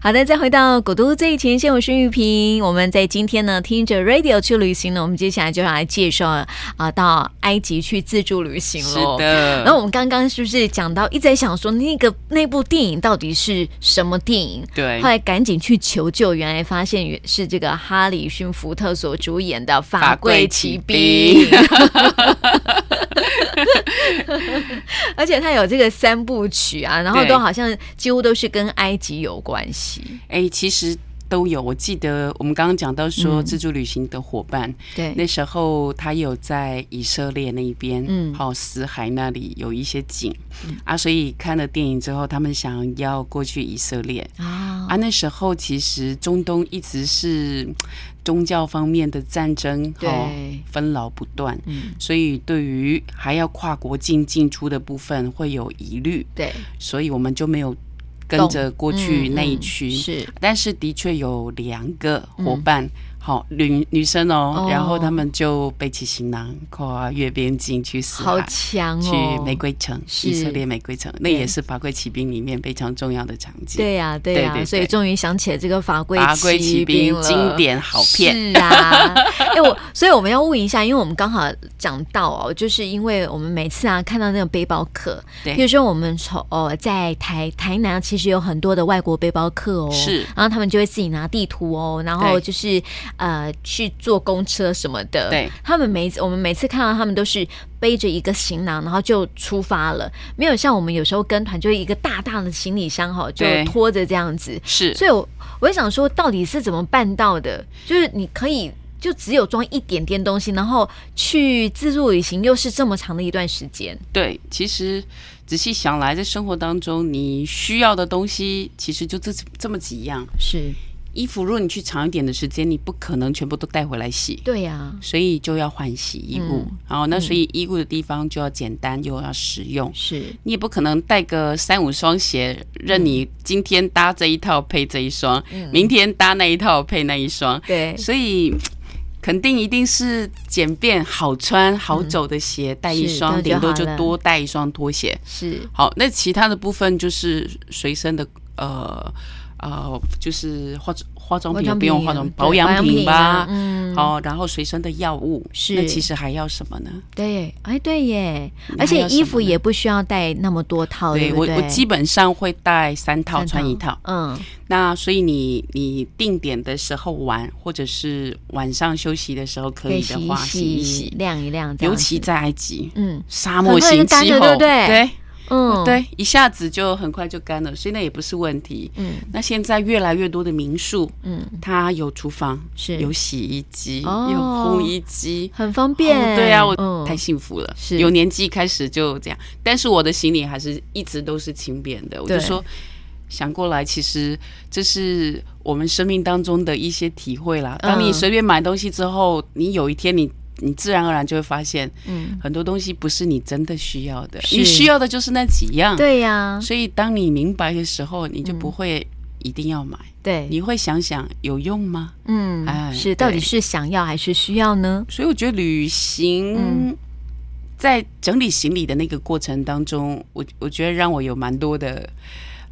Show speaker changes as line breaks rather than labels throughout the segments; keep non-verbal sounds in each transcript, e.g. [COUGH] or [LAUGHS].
好的，再回到古都最前线，我是玉萍。我们在今天呢，听着 radio 去旅行呢，我们接下来就要来介绍啊、到埃及去自助旅行
是
喽。
的，
然后我们刚刚是不是讲到一直在想说那个那部电影到底是什么电影？
对
后来赶紧去求救，原来发现原是这个哈里逊·福特所主演的《法
柜
柜
奇
奇
[LAUGHS] 兵
兵》，而且他有这个三部曲啊，然后
对
都好像几乎都是跟埃及有关系。
哎，其实都有。我记得我们刚刚讲到说
嗯
自助旅行的伙伴，
对，
那时候他有在以色列那一边，
嗯
好、死海那里有一些景、啊，所以看了电影之后，他们想要过去以色列。
啊，
啊，那时候其实中东一直是嗯宗教方面的战争，
对
齁纷扰不断，
嗯，
所以对于还要跨国境进出的部分会有疑虑，
对，
所以我们就没有跟
懂
着过去
嗯
那一
嗯
区。
是嗯
但是啊的确有两个伙伴，好、女女生哦，
哦
然后他们就背起行囊，跨越边境去死
好
海，
强哦，
去玫。瑰城，
是
以色列玫瑰城，那
对
也是《法柜奇兵》里面非常重要的场景。，
对呀、对呀、
对对
所以
对
终于想起了这个法规
法规骑兵
了
经典好片
是啊， [LAUGHS] 哎、我所以我们要问一下，因为我们刚好讲到哦，就是因为我们每次啊看到那个背包客，
对
比如说我们从哦在台台南其实有很多的外国背包客哦，
是
然后他们就会自己拿地图哦，然后
对
就是呃去坐公车什么的，
对，
他们每一次我们每次看到他们都是背着一个行囊，然后就出发了，没有像我们有时候跟团就是一个大大的行李箱哈、就
对
拖着这样子，
是
所以我我想说，到底是怎么办到的？就是你可以就只有装一点点东西，然后去自助旅行，又是这么长的一段时间，
对。其实仔细想来，在生活当中，你需要的东西其实就这这么几样。
是
衣服，如果你去长一点的时间，你不可能全部都带回来洗。
对呀、
所以就要换洗衣物，
嗯
然后那所以衣物的地方就要简单又要实用，
是
你也不可能带个三五双鞋，任你今天搭这一套配这一双，明天搭那一套配那一双，
嗯对，
所以。肯定一定是简便、好穿、好走的鞋，带一
嗯是
双，
这样
顶
就好
多就
了
多带一双拖鞋。
是
好，那其他的部分就是随身的，呃呃，就是化妆化妆品也不用化妆，
对
保养品吧
啊，嗯，
哦，然后随身的药物，
是
那其实还要什么呢？
对，哎对耶，
那
而
还
且
有什
衣服
么呢
也不需要带那么多套，哦对不
我
对
我基本上会带三套穿一套，，
嗯，
那所以你你定点的时候玩，或者是晚上休息的时候可以的话
洗
洗一
洗，
洗，
晾一晾这样
尤
子，
其在埃及
嗯
沙漠
很
型
快就干
气
了
候，
对不对
对
嗯
对一下子就很快就干了，所以那也不是问题。
嗯
那现在越来越多的民宿，
嗯
它有厨房，
是
有洗衣机，
哦
有烘衣机，
很方便，
哦对啊，我
嗯
太幸福了。
是
有年纪开始就这样，但是我的行李还是一直都是轻便的。我就
对
说，想过来，其实这是我们生命当中的一些体会啦。当你
嗯
随便买东西之后，你有一天你。你自然而然就会发现，
嗯
很多东西不是你真的需要的，
是
你需要的就是那几样。，
对嗯呀、
所以当你明白的时候，你就不会一定要买，
对，
你会想想有用吗？
嗯，
哎
是到底
对
是想要还是需要呢？
所以我觉得旅行、
嗯
在整理行李的那个过程当中，我我觉得让我有蛮多的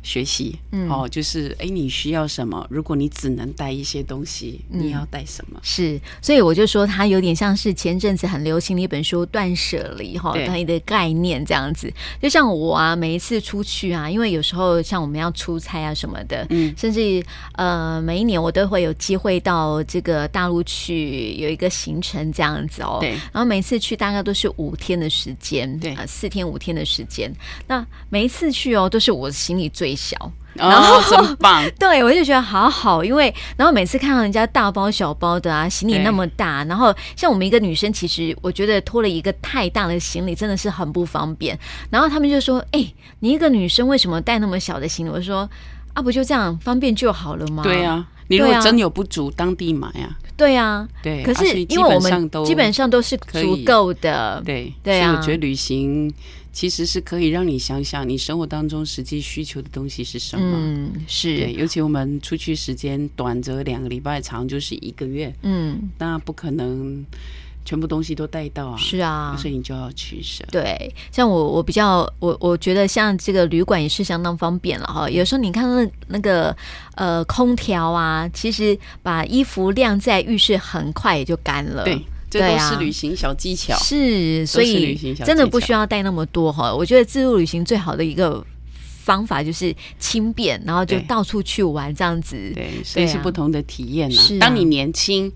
学习。
嗯
哦，就是哎，你需要什么？如果你只能带一些东西，
嗯
你要带什么？
是，所以我就说它有点像是前阵子很流行的一本书《断舍离》哈，
对
它的概念这样子。就像我啊，每一次出去啊，因为有时候像我们要出差啊什么的，
嗯，
甚至呃，每一年我都会有机会到这个大陆去有一个行程这样子哦。
对，
然后每次去大概都是五天的时间，
对
啊四天五天的时间。那每一次去哦，都是我行李最小，
然后、哦
[LAUGHS]
真棒，
对，我就觉得好好，因为然后每次看到人家大包小包的啊，行李那么大，然后像我们一个女生，其实我觉得拖了一个太大的行李真的是很不方便。然后他们就说：“哎、你一个女生为什么带那么小的行李？”我说：“啊，不就这样方便就好了吗？”
对，啊。你如果
对啊
真有不足，当地买啊。
对啊。
对，
可
啊所
是
以基
因为我
本上
们
都
基本上都是
可
足
以
够的，
对
对
所以
啊
我觉得旅行其实是可以让你想想你生活当中实际需求的东西是什么。
嗯，
对，
是，
尤其我们出去时间短则两个礼拜，长就是一个月，
嗯，
那不可能全部东西都带到啊，
是啊，
所以你就要取舍。
对，像我我比较我我觉得像这个旅馆也是相当方便了哈。有时候你看那那个呃空调啊，其实把衣服晾在浴室很快也就干了。
对。这
对
都
啊
是旅行小技巧，
是，所
是
以
旅行小
真的
技
不
巧
需要带那么多哈。我觉得自助旅行最好的一个方法就是轻便，然后就
对
到处去玩这样子。
对，所以是
啊
不同的体验啊。
是啊
当你年轻，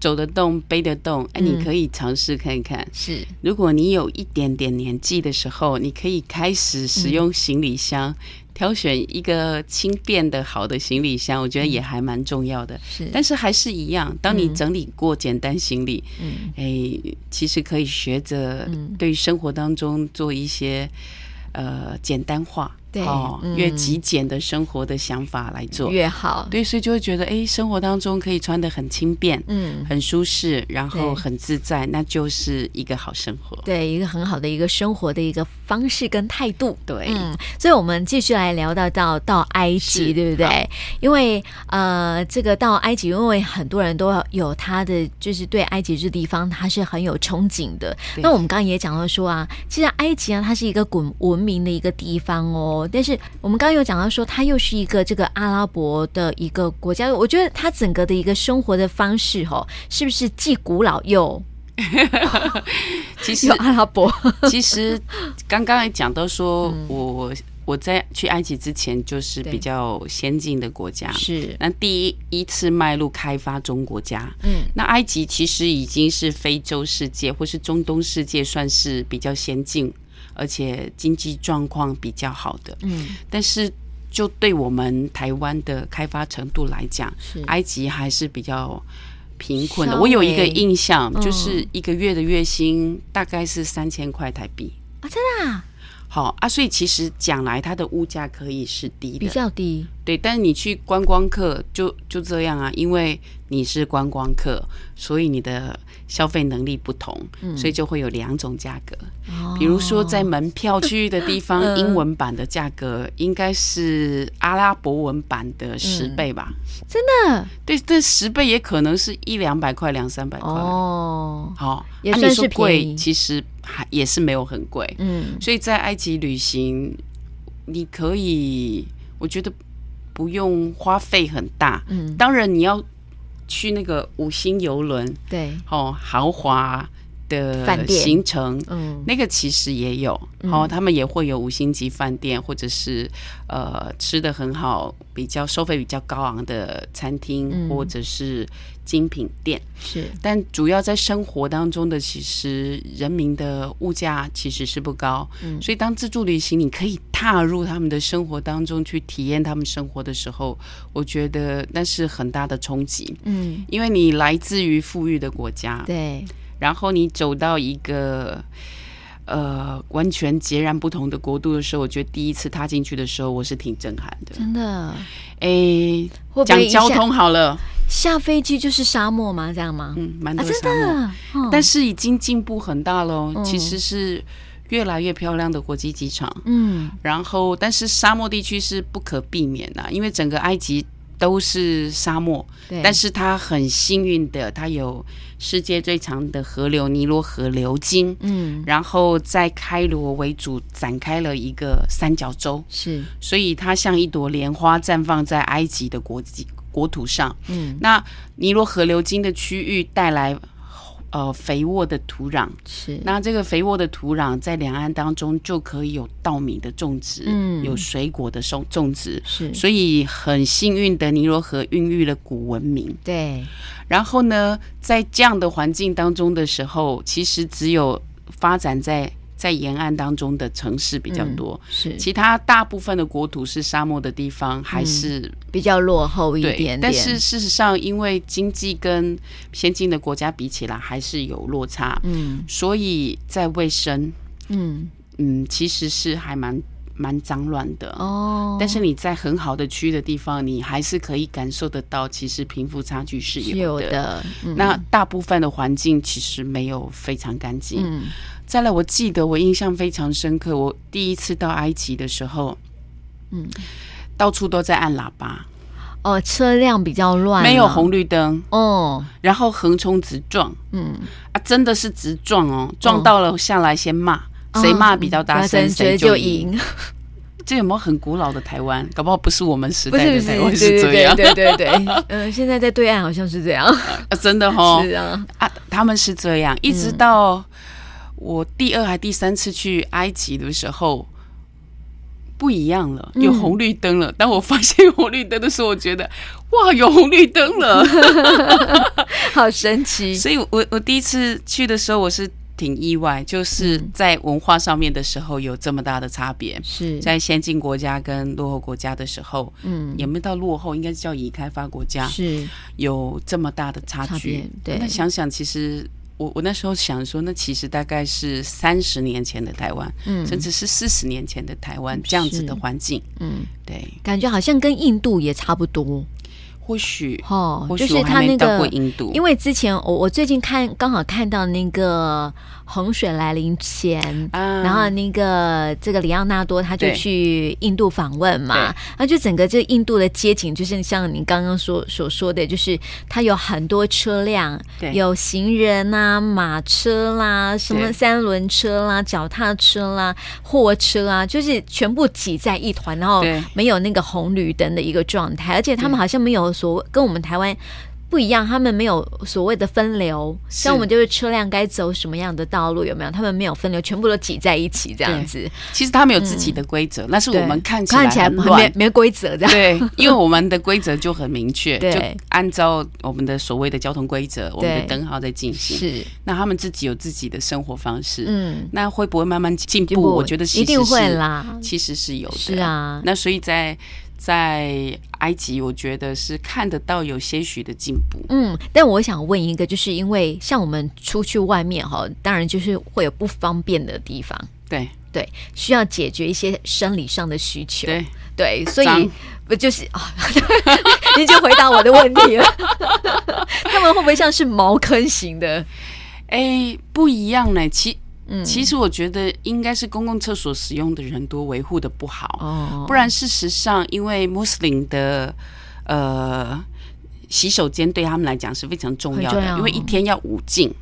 走得动、背得动，哎、
嗯
你可以尝试看看。
是，
如果你有一点点年纪的时候，你可以开始使用行李箱，
嗯
挑选一个轻便的好的行李箱，我觉得也还蛮重要的。
是
但是还是一样，当你
嗯
整理过简单行李，
嗯
哎、其实可以学着
嗯
对于生活当中做一些。呃，简单化，
对
哦，
嗯
越极简的生活的想法来做，
越好。
对，所以就会觉得，哎，生活当中可以穿的很轻便，
嗯，
很舒适，然
对
后很自在，那就是一个好生活。
对，一个很好的一个生活的一个方式跟态度。
对，
[LAUGHS] 嗯，所以我们继续来聊到到到埃及，
是
对不对？因为呃，这个到埃及，因为很多人都有他的，就是对埃及这地方他是很有憧憬的。
对
那我们刚刚也讲到说啊，其实埃及啊，它是一个滚文明的一个地方哦，但是我们刚刚有讲到说，它又是一个这个阿拉伯的一个国家，我觉得它整个的一个生活的方式哦，是不是既古老又
其实
又阿拉伯？
其实刚刚也讲到说，我我我在去埃及之前就是
嗯对
比较先进的国家，
是，
那第一一次迈入开发中国家。
嗯，
那埃及其实已经是非洲世界或是中东世界算是比较先进，而且经济状况比较好的。
嗯，
但是就对我们台湾的开发程度来讲，
是，
埃及还是比较贫
嗯
困
稍
的。
微
我有一个印象，
嗯
就是一个月的月薪大概是三千块台币。
啊，真的啊，
好啊，所以其实讲来，它的物价可以是低
比
的，
较低，
对。但是你去观光客就就这样啊，因为你是观光客，所以你的消费能力不同，所以就会有两种价格。
嗯哦
比如说在门票区域的
[LAUGHS]
地
嗯
方，英文版的价格应该是阿拉伯文版的十
嗯
倍吧？
真的
对，这十倍也可能是一两百块、两三百块。
哦，
好，
也
啊
算
你说
是便宜
贵，其实还也是没有很贵。
嗯，
所以在埃及旅行，你可以，我觉得不用花费很大。
嗯
当然你要去那个五星游轮，
对，
哦，豪华
饭
的
店
行程，
嗯，
那个其实也有，
嗯
哦，他们也会有五星级饭店，或者是呃吃的很好、比较收费比较高昂的餐厅，
嗯
或者是精品店。
是
但主要在生活当中的，其实人民的物价其实是不高，
嗯
所以当自助旅行，你可以踏入他们的生活当中去体验他们生活的时候，我觉得那是很大的冲击，
嗯，
因为你来自于富裕的国家，
对，
然后你走到一个呃完全截然不同的国度的时候，我觉得第一次踏进去的时候，我是挺震撼的。
真的
诶，
会不
讲
会一下
交通好了，
下飞机就是沙漠吗？这样吗？
嗯，蛮
啊，
多
真
沙漠，
的，嗯
但是已经进步很大喽。
嗯
其实是越来越漂亮的国际机场，
嗯，
然后但是沙漠地区是不可避免的、啊因为整个埃及。都是沙漠，
对，
但是它很幸运的，它有世界最长的河流尼罗河流经，
嗯
然后在开罗为主展开了一个三角洲，
是
所以它像一朵莲花绽放在埃及的国际国土上。
嗯
那尼罗河流经的区域带来呃肥沃的土壤，
是
那这个肥沃的土壤在两岸当中就可以有稻米的种植，
嗯
有水果的种种植。
是
所以很幸运的，尼罗河孕育了古文明。
对
然后呢，在这样的环境当中的时候，其实只有发展在在沿岸当中的城市比较多，
嗯是
其他大部分的国土是沙漠的地方，还是、
比较落嗯后一
对。
点点，
但是事实上，因为经济跟先进的国家比起来，还是有落差，
嗯
所以在卫生，
嗯
嗯，其实是还蛮蛮脏乱的。
哦，
嗯但是你在很好的区域的地方，你还是可以感受得到，其实贫富差距是
是有
有的。
的，嗯
那大部分的环境其实没有非常干净。
嗯
再来，我记得我印象非常深刻，我第一次到埃及的时候，
嗯
到处都在按喇叭，
哦，车辆比较乱、啊
没有，红绿灯，
哦，
然后横冲直撞
嗯，
啊，真的是直撞哦，撞到了下来先骂，谁骂比较大声，
哦觉
谁
得就
赢。
赢，
这有没有很古老的台湾？搞不好不是我们时
不
代
是不
的
是，
台湾
对
是
对
这样
对，对对对， [LAUGHS] 嗯，现在在对岸好像是这样，
啊真的哈
是啊，
啊，他们是这样，一直到我第二还第三次去埃及的时候。不一样了，
嗯
有红绿灯了。当我发现有红绿灯的时候，我觉得哇，有红绿灯
[LAUGHS]
了。
好神奇，
所以我，我第一次去的时候，我是挺意外，就是在文化上面的时候有这么大的差别。
嗯是，
在先进国家跟落后国家的时候，
嗯，
也没到落后，应该是叫已开发国家，
是
有这么大的差
差
距
别。，对
那，想想，其实我我那时候想说，那其实大概是三十年前的台湾，
嗯
甚至是四十年前的台湾这样子的环境。
嗯，
对，
感觉好像跟印度也差不多，
或许
哦，
或
就
许
是
我
他
还
那
没到
个
过。印度，
因为之前我我最近看刚好看到那个洪水来临前，
啊
然后那个这个里奥纳多他就
对
去印度访问嘛
对，
他就整个这印度的街景，就是像你刚刚所所说的，就是它有很多车辆，
对
有行人呐、马车啦、什么
对
三轮车啦、脚踏车啦、货车啊，就是全部挤在一团，然后
对
没有那个红绿灯的一个状态，而且他们
对
好像没有所谓跟我们台湾。不一样，他们没有所谓的分流，
是
像我们就是车辆该走什么样的道路有没有？他们没有分流，全部都挤在一起这样
对
子。
其实他们有自己的规则，那是我
嗯对
们看起
看起来
很
很
乱
没。没规则这样。
对，因为我们的规则就很明确，
[LAUGHS] 对
就按照我们的所谓的交通规则，我们
对
的灯号在进行。
是，
那他们自己有自己的生活方式，
嗯，
那会不会慢慢进
结
步？
果
我觉得其实
一定会
是
啦。
其实是有的。
是，啊，
那所以在在埃及，我觉得是看得到有些许的进步。
嗯，但我想问一个，就是因为像我们出去外面哈，当然就是会有不方便的地方，
对
对，需要解决一些生理上的需求，
对，
对，所以
脏
不就是 [LAUGHS] 啊，您就回答我的问题了。 [LAUGHS] 他们会不会像是茅坑型的？
哎，不一样呢。其
嗯，
其实我觉得应该是公共厕所使用的人多，维护的不好。
哦，
不然，事实上，因为穆斯林的呃洗手间对他们来讲是非常重要
很重
的，
要
因为一天要五净，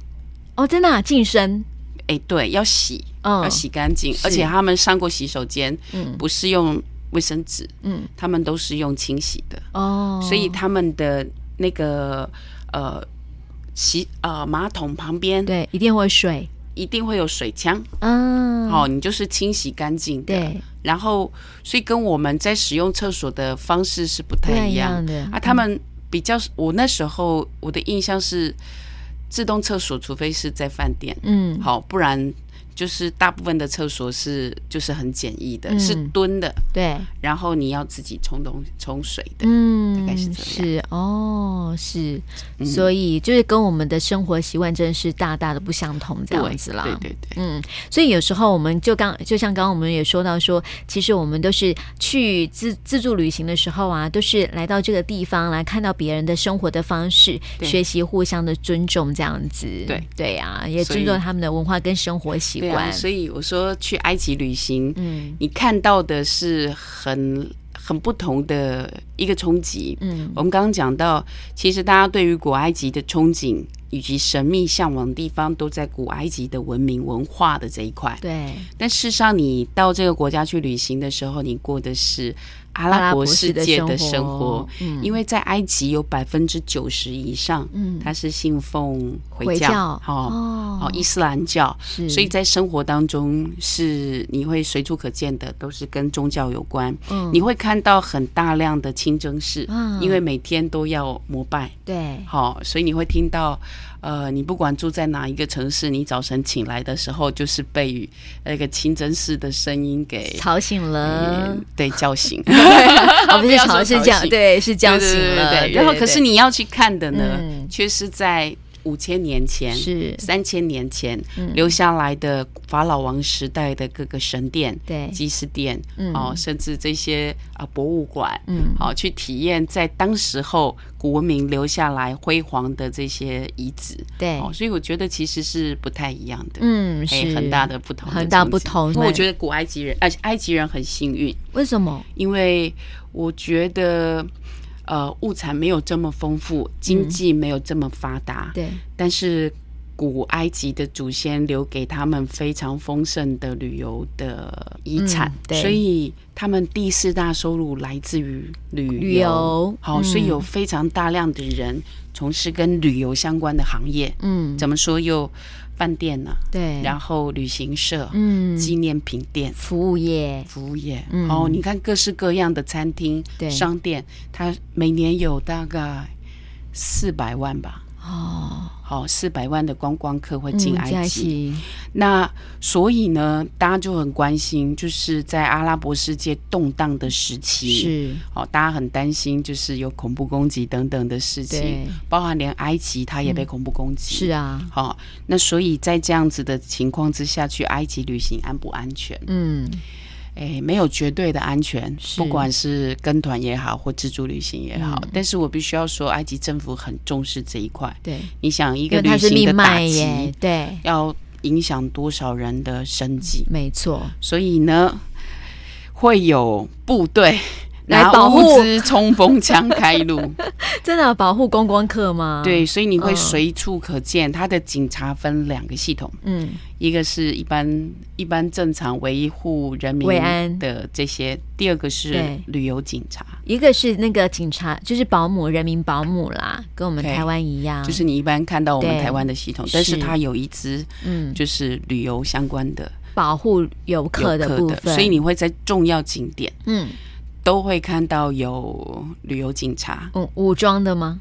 哦，真的啊晋、升，
哎，对，要洗，
嗯
要洗干净，
是
而且他们上过洗手间，
嗯
不是用卫生纸，
嗯，
他们都是用清洗的，
哦，
所以他们的那个呃洗呃马桶旁边
对一定会水，
一定会有水枪，
嗯，
哦，你就是清洗干净的，
对，
然后所以跟我们在使用厕所的方式是不
不
太
一
一样
样的
啊，他们比较，我那时候我的印象是，自动厕所除非是在饭店，
嗯，
好，不然就是大部分的厕所是就是很简易的，
嗯
是蹲的，
对，
然后你要自己冲东冲水的，
嗯，
概是这
是哦，是，
嗯
所以就是跟我们的生活习惯真的是大大的不相同，这
对
样子啦。
对对对，
嗯，所以有时候我们就刚就像刚刚我们也说到说，其实我们都是去自自助旅行的时候啊，都是来到这个地方来看到别人的生活的方式，
对
学习互相的尊重这样子。
对
对啊，也
所
尊
以
重他们的文化跟生活习惯。
对啊，所以我说去埃及旅行，
嗯
你看到的是很很不同的一个冲击。
嗯，
我们刚刚讲到，其实大家对于古埃及的憧憬以及神秘向往的地方，都在古埃及的文明文化的这一块。
对，
但事实上，你到这个国家去旅行的时候，你过的是阿
阿拉
拉
伯
伯
式
世
的
界
生
的
活
生活，
嗯
因为在埃及有百分之九十以上，
嗯
它是信奉
回
回
教
教，哦
哦
哦，伊斯兰教，
是，
所以在生活当中是你会随处可见的，都是跟宗教有关。
嗯
你会看到很大量的清真寺，
嗯
因为每天都要膜拜，
对，
好、所以你会听到，呃，你不管住在哪一个城市，你早晨醒来的时候就是被呃那个清真寺的声音给，
吵醒了。
嗯对，叫醒，
[LAUGHS] 哦，不是
不要说
吵，
吵
是这样，
醒
对，是叫醒
对
了。
对对对
对
然后，
对
可是你要去看的呢，
嗯
却是在五千年前，
是嗯
三千年前、留下来的法老王时代的各个神殿、
对
祭祀殿，
嗯
哦，甚至这些啊博物馆，
嗯
好、去体验在当时候古文明留下来辉煌的这些遗址，
对
哦，所以我觉得其实是不太一样的，
嗯，
哎，
是
很大的不同的
很大
冲击
不同
不过我
对
觉得古埃及人，而且埃及人很幸运，
为什么？
因为我觉得，呃物产没有这么丰富，经济没有这么发达，
嗯对，
但是古埃及的祖先留给他们非常丰盛的旅游的遗产
嗯，对
所以他们第四大收入来自于旅游。
旅游
好，
嗯
所以有非常大量的人从事跟旅游相关的行业。
嗯，
怎么说？有饭店呢、
对，
然后旅行社、
嗯，
纪念品店、
服务业，
服务业。
嗯
哦，你看各式各样的餐厅
对、
商店，它每年有大概四百万吧。
哦，
好，四百万的观光客会
嗯
进
进
埃
埃
及，
及，
那所以呢，大家就很关心，就是在阿拉伯世界动荡的时期，
是，
哦，大家很担心，就是有恐怖攻击等等的事情
对，嗯
包含连埃及它也被恐怖攻击。
是啊，
好、那所以在这样子的情况之下，去埃及旅行安不安全？
嗯，
诶，没有绝对的安全，
是嗯
不管是跟团也好，或自助旅行也好。但是我必须要说，埃及政府很重视这一块。
对，
你想，一
因
个
为
旅
它是
行
命
的打
脉耶
击，，
对，
要影响多少人的生计？
没错，
所以呢，会有部队
[LAUGHS] 来
拿
保护
物资冲锋枪开
[LAUGHS]
路。
真的要保护观光客吗？，
对，所以你会
嗯
随处可见，它的警察分两个系统，
嗯，
一个是一般一般正常维护人民
维安
的这些，第二个是
对
旅游警察，
一个是那个警察，就是保姆，人民保姆啦，跟我们
对
台湾一样，
就是你一般看到我们
啊对
台湾的系统，但是
是
它有一支
嗯，
就是旅游相关的
保护游客
游
的
客
部
的，
分，
所以你会在重要景点
嗯
都会看到有旅游警察。
嗯武装的吗？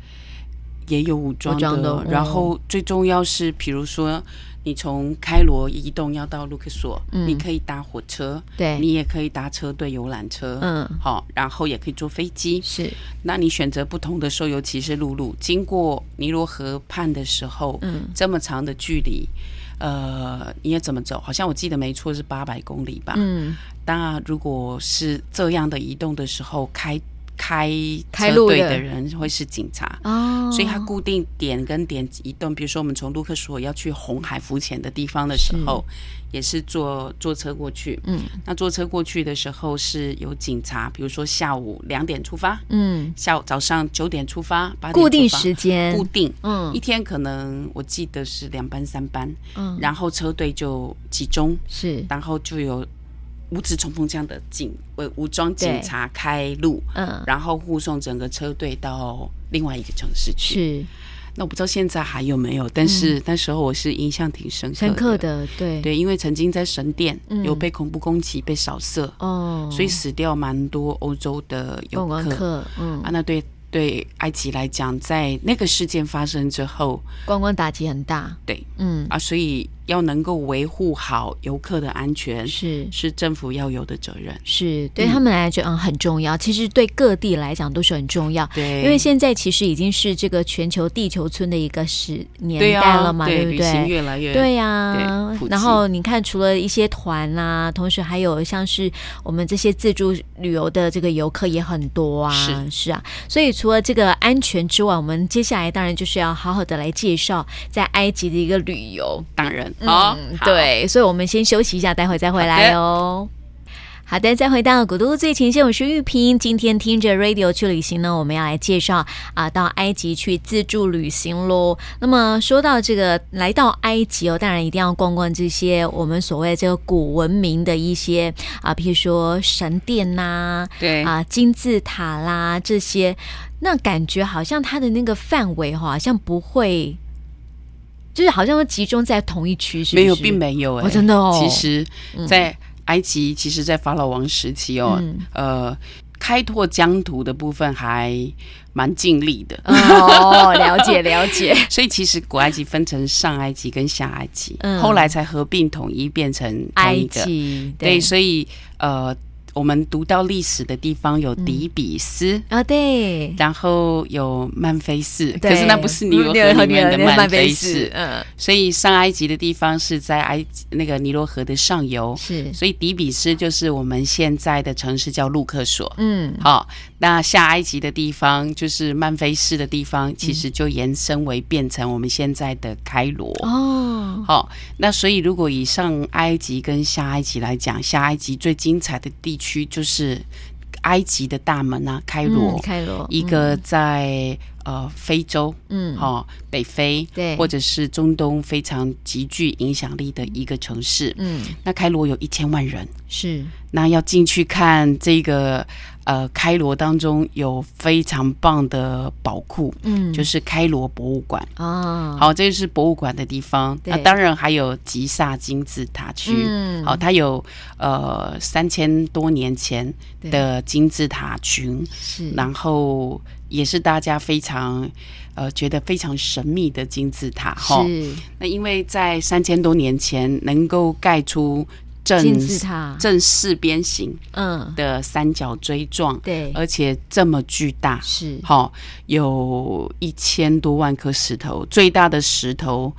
也有武装的，
装的哦
然后最重要是，比如说你从开罗移动要到卢克索，
嗯
你可以搭火车，
对，
你也可以搭车队游览车，
嗯，
好、然后也可以坐飞机。
是，
那你选择不同的受油骑士陆路，经过尼罗河畔的时候，
嗯
这么长的距离。呃，你也怎么走？好像我记得没错是八百公里吧。
嗯，
那如果是这样的移动的时候，开开
开
车
路
队
的
的人会是警察。
哦，
所以它固定点跟点移动，比如说我们从卢克索要去红海浮潜的地方的时候，也是坐坐车过去。
嗯
那坐车过去的时候是有警察，比如说下午两点出发，
嗯，
下午早上九点出发，八点
固定
出发
时间
固，定。
嗯
一天可能我记得是两班三班，
嗯，
然后车队就集中，
是，
然后就有五指冲锋枪的警为武装警察开路，
嗯
然后护送整个车队到另外一个城市去。
是嗯
那我不知道现在还有没有，但是那时候我是印象挺深刻
深刻
的。
的，对，
对，因为曾经在神殿、
嗯
有被恐怖攻击、被扫射，
哦，
所以死掉蛮多欧洲的游
观光
客
客，嗯
啊。，那对对埃及来讲，在那个事件发生之后，
观光打击很大，
对
嗯，
啊，所以要能够维护好游客的安全，
是。
是政府要有的责任。
是对他们来讲嗯很重要，其实对各地来讲都是很重要。
对，
因为现在其实已经是这个全球地球村的一个时
对
年代
啊，
了嘛，
对
不
旅行
对？
越来越
对呀、
对普及
然后你看，除了一些团啦、同时还有像是我们这些自助旅游的这个游客也很多啊，
是
啊。所以除了这个安全之外，我们接下来当然就是要好好的来介绍在埃及的一个旅游。
当然哦，
嗯
好，
对，所以我们先休息一下，待会再回来哦。好的，再回到古都最前线，我是玉萍。今天听着 Radio 去旅行呢，我们要来介绍啊，到埃及去自助旅行喽。那么说到这个，来到埃及哦，当然一定要逛逛这些我们所谓这个古文明的一些啊，譬如说神殿呐、
对
啊、金字塔啦这些，那感觉好像它的那个范围哈，好像不会，就是好像都集中在同一区，是不是
没有，并没有、欸，
哦真的哦
其实，在埃及，其实，在法老王时期哦，
嗯
呃，开拓疆土的部分还蛮尽力的。
哦，了解了解，
所以其实古埃及分成上埃及跟下埃及，
嗯
后来才合并统一变成 [LAUGHS] 同
埃
一个。
及
对，所以呃，我们读到历史的地方有底比斯，
啊对，
然后有曼菲斯，可是
对
那不是尼罗
嗯
河里面的
尼罗河
曼
菲
菲
斯
斯，， [LAUGHS]
嗯，
所以上埃及的地方是在埃及那个尼罗河的上游，
是，
所以底比斯就是我们现在的城市叫卢克索。
嗯，
好、那下埃及的地方就是曼菲斯的地方，其实就延伸为变成我们现在的开罗。
哦，
好、那所以如果以上埃及跟下埃及来讲，下埃及最精彩的地区就是埃及的大门啊，开罗，
嗯开罗
一个在呃非洲，
嗯
哦，北非，
对
或者是中东非常极具影响力的一个城市。
嗯
那开罗有一千万人，
是
那要进去看这个呃开罗当中有非常棒的宝库，
嗯
就是开罗博物馆。
啊
好，这就是博物馆的地方。
对
那当然还有吉萨金字塔区。
嗯
好，它有呃三千多年前
对
的金字塔群，
是
然后也是大家非常呃觉得非常神秘的金字塔哈。
是
那因为在三千多年前能够盖出正
金字塔
正四边形
嗯
的三角锥状，
对
而且这么巨大，
是
好、有一千多万颗石头，最大的石头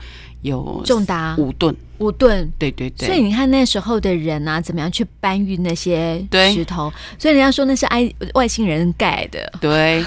有
重达
五吨，
五吨。
对对对，
所以你看那时候的人啊，怎么样去搬运那些
对
石头？所以人家说那是埃外星人盖的， [LAUGHS]
对，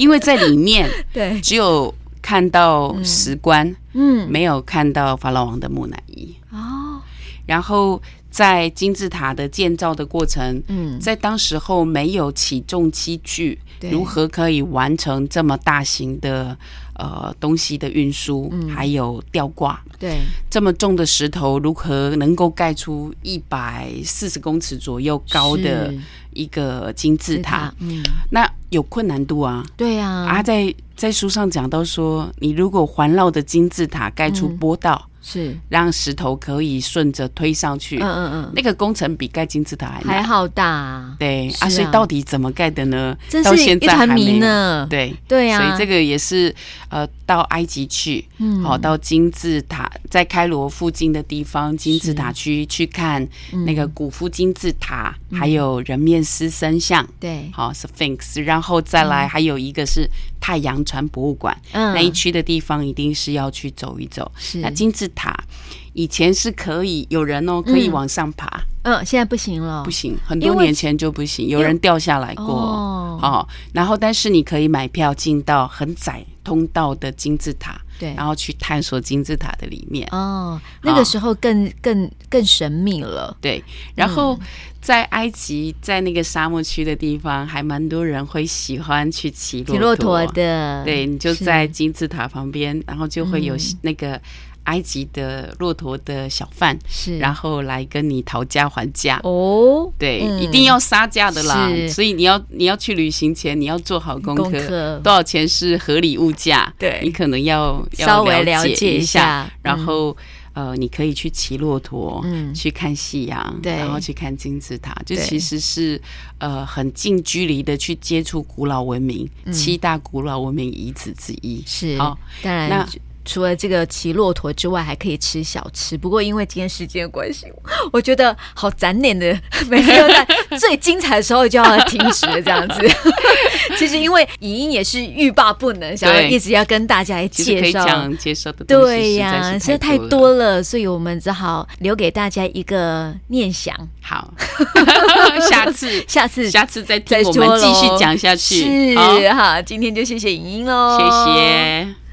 因为在里面
对，
只有看到石棺，
嗯，
没有看到法老王的木乃伊。
哦，
然后在金字塔的建造的过程，
嗯，
在当时候没有起重机具，
对
如何可以完成这么大型的呃东西的运输，
嗯
还有吊挂？
对，
这么重的石头如何能够盖出一百四十公尺左右高的
是
一个金字塔？，
嗯，
那有困难度啊！
对呀、啊，
啊，在在书上讲到说，你如果环绕着金字塔盖出
嗯
坡道，
是，
让石头可以顺着推上去，
嗯嗯
那个工程比盖金字塔还
还
难。
好大、啊，
对
是
啊，所以
啊
到底怎么盖的呢？
真
到
是
现
一
在还
团
没
迷
有。
呢。
对
对啊呀、
所以这个也是呃，到埃及去，
嗯
好、到金字塔，在开罗附近的地方金字塔区去看那个古夫金字塔，
嗯
还有人面狮身像，
对，
好、Sphinx，然后再来还有一个是太阳船博物馆，
嗯
那一区的地方一定是要去走一走。
是
那金字塔以前是可以有人哦，可以往上爬，
嗯，现在不行了，
不
行，
行，很
因
多
为
年前就不行，有人掉下来过
哦
哦。然后，但是你可以买票进到很窄通道的金字塔，
对
然后去探索金字塔的里面。
哦，那个
啊
时候更更更神秘了，
对，
嗯
然后在埃及，在那个沙漠区的地方，还蛮多人会喜欢去骑
骑骆驼。的，
对，你就是在金字塔旁边，然后就会有
嗯
那个埃及的骆驼的小贩，
是，
然后来跟你讨价还价。
哦，
对，
嗯
一定要杀价的啦
是。
所以你要你要去旅行前，你要做好功课，
功课
多少钱是合理物价？
对
你可能要要
稍微
了
了解
一
一下
然后。呃，你可以去骑骆驼，
嗯
去看夕阳，
对
然后去看金字塔，这
对
其实是呃很近距离的去接触古老文明，
嗯
七大古老文明遗址之一。
是
好，
当然
那。
除了这个骑骆驼之外，还可以吃小吃。不过因为今天时间的关系，我觉得好攒脸的， [LAUGHS] 每次都在最精彩的时候就要停止了这样
[LAUGHS]
子。其实因为影音也是欲罢不能，想要
对
一直要跟大家来
其实可
介
以
绍。
讲介绍的东
对
西实
呀、
在
实在
是
太
了。
多了，所以我们只好留给大家一个念想，
好， [LAUGHS] 下次
下次
下次再听
再
我
说
们继续
喽
讲下去。好
哦是哈，今天就谢谢影音喽，
谢谢。